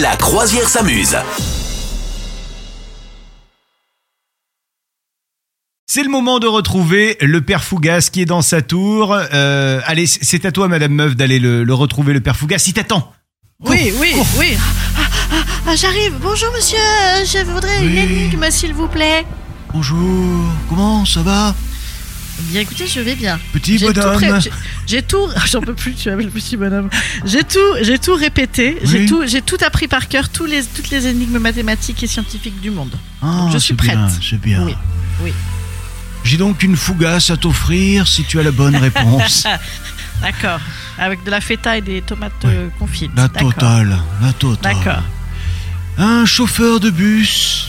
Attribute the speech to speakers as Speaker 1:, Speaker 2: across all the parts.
Speaker 1: La croisière s'amuse.
Speaker 2: C'est le moment de retrouver le père Fougas qui est dans sa tour. Euh, allez, c'est à toi, Madame Meuf, d'aller le, le retrouver, le père Fougas. Il t'attend.
Speaker 3: Oui, oui, oui. Ah, ah, ah, J'arrive. Bonjour, monsieur. Euh, Je voudrais une
Speaker 2: Oui.
Speaker 3: énigme, s'il vous plaît.
Speaker 2: Bonjour. Comment ça va,
Speaker 3: Bien, écoutez, je vais bien.
Speaker 2: petit
Speaker 3: J'ai tout, pré- j'ai- j'ai tout. J'en peux plus. Tu m'appelles petit bonhomme. J'ai tout. J'ai tout répété. J'ai
Speaker 2: Oui.
Speaker 3: tout. J'ai tout appris par cœur. Tous les, toutes les énigmes mathématiques et scientifiques du monde. je suis
Speaker 2: Ah, c'est bien,
Speaker 3: prête.
Speaker 2: C'est bien.
Speaker 3: Oui, oui.
Speaker 2: J'ai donc une fougasse à t'offrir si tu as la bonne réponse.
Speaker 3: D'accord. Avec de la feta et des tomates euh, confites.
Speaker 2: la tota.
Speaker 3: D'accord.
Speaker 2: totale, la totale.
Speaker 3: D'accord.
Speaker 2: Un chauffeur de bus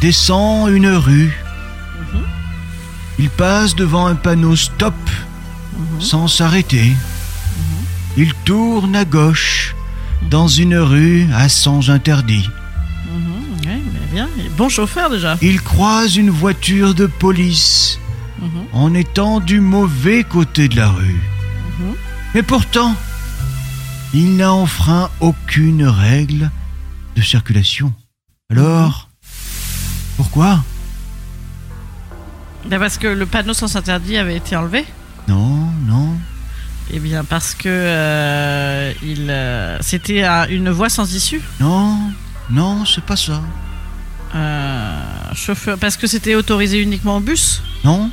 Speaker 2: descend une rue.
Speaker 3: Mhm.
Speaker 2: Il passe devant un panneau stop
Speaker 3: Mhm.
Speaker 2: sans s'arrêter. Il tourne à gauche dans une rue à sens interdit.
Speaker 3: Mhm, ouais, mais bien. Et Bon chauffeur déjà.
Speaker 2: Il croise une voiture de police
Speaker 3: Mhm.
Speaker 2: en étant du mauvais côté de la rue.
Speaker 3: Mhm.
Speaker 2: Mais pourtant, il n'a enfreint aucune règle de circulation. Alors,
Speaker 3: Mhm.
Speaker 2: pourquoi
Speaker 3: Ben, parce que le panneau sans interdit avait été enlevé.
Speaker 2: Non, non.
Speaker 3: Eh bien, parce que euh, il, euh, c'était euh, une voie sans issue.
Speaker 2: Non, non, c'est pas ça.
Speaker 3: Euh, chauffeur, parce que c'était autorisé uniquement en bus.
Speaker 2: Non,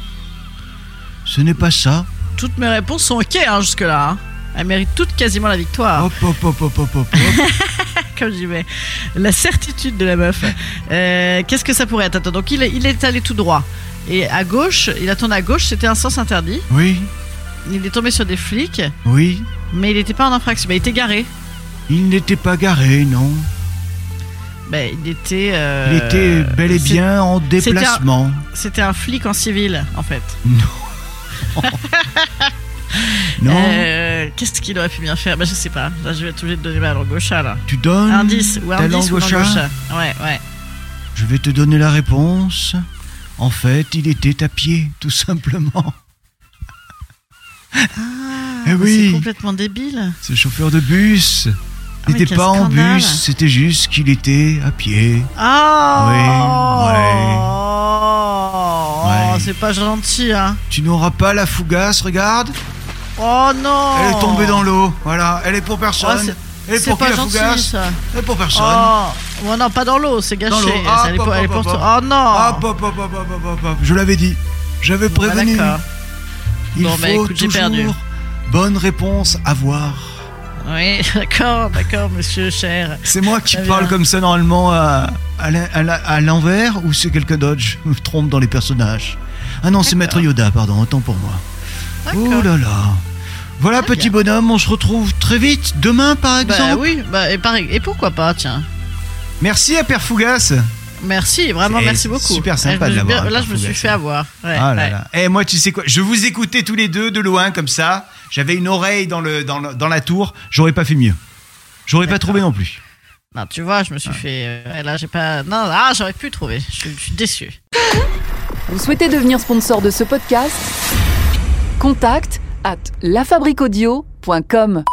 Speaker 2: ce n'est pas ça.
Speaker 3: Toutes mes réponses sont ok hein, jusque-là. hein. Elles méritent toutes quasiment la victoire,
Speaker 2: Hop, hop, hop, hop, hop, hop, hop. Oh.
Speaker 3: comme j'y vais. La certitude de la meuf. Euh, Qu'est-ce que ça pourrait être Attends, donc il, est- il est allé tout droit. Et à gauche, il a tourné à gauche, c'était un sens interdit.
Speaker 2: Oui,
Speaker 3: Il est tombé sur des flics,
Speaker 2: oui.
Speaker 3: mais il n'était pas en infraction. Ben, il était garé.
Speaker 2: Il n'était pas garé, non.
Speaker 3: Ben, il était. euh,
Speaker 2: Il était bel et
Speaker 3: c'est-
Speaker 2: bien en
Speaker 3: c'était un-
Speaker 2: déplacement.
Speaker 3: C'était un flic en civil, en fait.
Speaker 2: Non,
Speaker 3: Euh, Qu'est-ce qu'il aurait pu bien faire bah, Je sais pas. Là, je vais être obligé de donner ma langue au chat. Là.
Speaker 2: tu donnes
Speaker 3: Indice. Ou
Speaker 2: Oh ta
Speaker 3: indice
Speaker 2: langue
Speaker 3: ou
Speaker 2: au
Speaker 3: langue
Speaker 2: chat.
Speaker 3: au chat. Ouais, ouais.
Speaker 2: Je vais te donner la réponse. En fait, il était à pied, tout simplement. Eh oui.
Speaker 3: Ah, C'est complètement débile.
Speaker 2: Ce chauffeur de bus
Speaker 3: Ah, mais
Speaker 2: n'était
Speaker 3: quel
Speaker 2: pas en
Speaker 3: scandale.
Speaker 2: bus, c'était juste qu'il était à pied.
Speaker 3: Ah! Oh
Speaker 2: ouais. Ouais.
Speaker 3: C'est pas gentil, hein.
Speaker 2: Tu n'auras pas la fougasse, regarde.
Speaker 3: Oh non
Speaker 2: Elle est tombée dans l'eau. Voilà, elle est pour
Speaker 3: Oh,
Speaker 2: personne.
Speaker 3: c'est-
Speaker 2: elle est
Speaker 3: C'est
Speaker 2: pour qui
Speaker 3: pas
Speaker 2: la
Speaker 3: gentil,
Speaker 2: fougasse
Speaker 3: ça.
Speaker 2: Elle est pour personne.
Speaker 3: Oh Bon, non, pas dans l'eau, c'est gâché.
Speaker 2: Dans l'eau. Ah,
Speaker 3: Ça, elle est
Speaker 2: Hop,
Speaker 3: pour-
Speaker 2: hop,
Speaker 3: elle est pour
Speaker 2: hop,
Speaker 3: toi. Oh non
Speaker 2: Hop, hop, hop, hop, hop, hop, hop. Je l'avais dit. J'avais
Speaker 3: Bon, bah,
Speaker 2: prévenu.
Speaker 3: D'accord.
Speaker 2: Il
Speaker 3: Bon,
Speaker 2: faut
Speaker 3: bah, écoute, j'ai
Speaker 2: toujours
Speaker 3: perdu.
Speaker 2: bonne réponse à voir.
Speaker 3: Oui, d'accord, d'accord, monsieur cher.
Speaker 2: C'est moi qui
Speaker 3: Très
Speaker 2: parle
Speaker 3: bien.
Speaker 2: comme ça normalement à, à l'in- à la- à l'envers ou c'est quelqu'un d'autre Je me trompe dans les personnages. Ah non, c'est Maître
Speaker 3: D'accord.
Speaker 2: Yoda, pardon, autant pour moi. Oh
Speaker 3: D'accord.
Speaker 2: là là. Voilà,
Speaker 3: Très
Speaker 2: petit bonhomme, on se retrouve très vite, demain par
Speaker 3: Bah
Speaker 2: exemple.
Speaker 3: oui, bah, et, pareil. et pourquoi pas, tiens
Speaker 2: Merci à Père Fougas.
Speaker 3: Merci, vraiment,
Speaker 2: C'est
Speaker 3: merci beaucoup.
Speaker 2: super sympa
Speaker 3: Là, je
Speaker 2: de
Speaker 3: me-
Speaker 2: l'avoir,
Speaker 3: Là,
Speaker 2: hein,
Speaker 3: je me suis
Speaker 2: Parfougas.
Speaker 3: fait avoir. Ouais,
Speaker 2: ah là
Speaker 3: ouais.
Speaker 2: là. Eh, moi, tu sais quoi Je vous écoutais tous les deux de loin, comme ça. J'avais une oreille dans, le, dans, le- dans la tour. J'aurais pas fait mieux. J'aurais pas
Speaker 3: D'accord.
Speaker 2: trouvé non plus.
Speaker 3: Non, tu vois, je me suis
Speaker 2: Ah.
Speaker 3: fait. euh, ouais, là, j'ai pas. Non, ah, j'aurais pu trouver. Je suis- je suis déçu.
Speaker 4: Vous souhaitez devenir sponsor de ce podcast Contact à lafabriquaudio.com.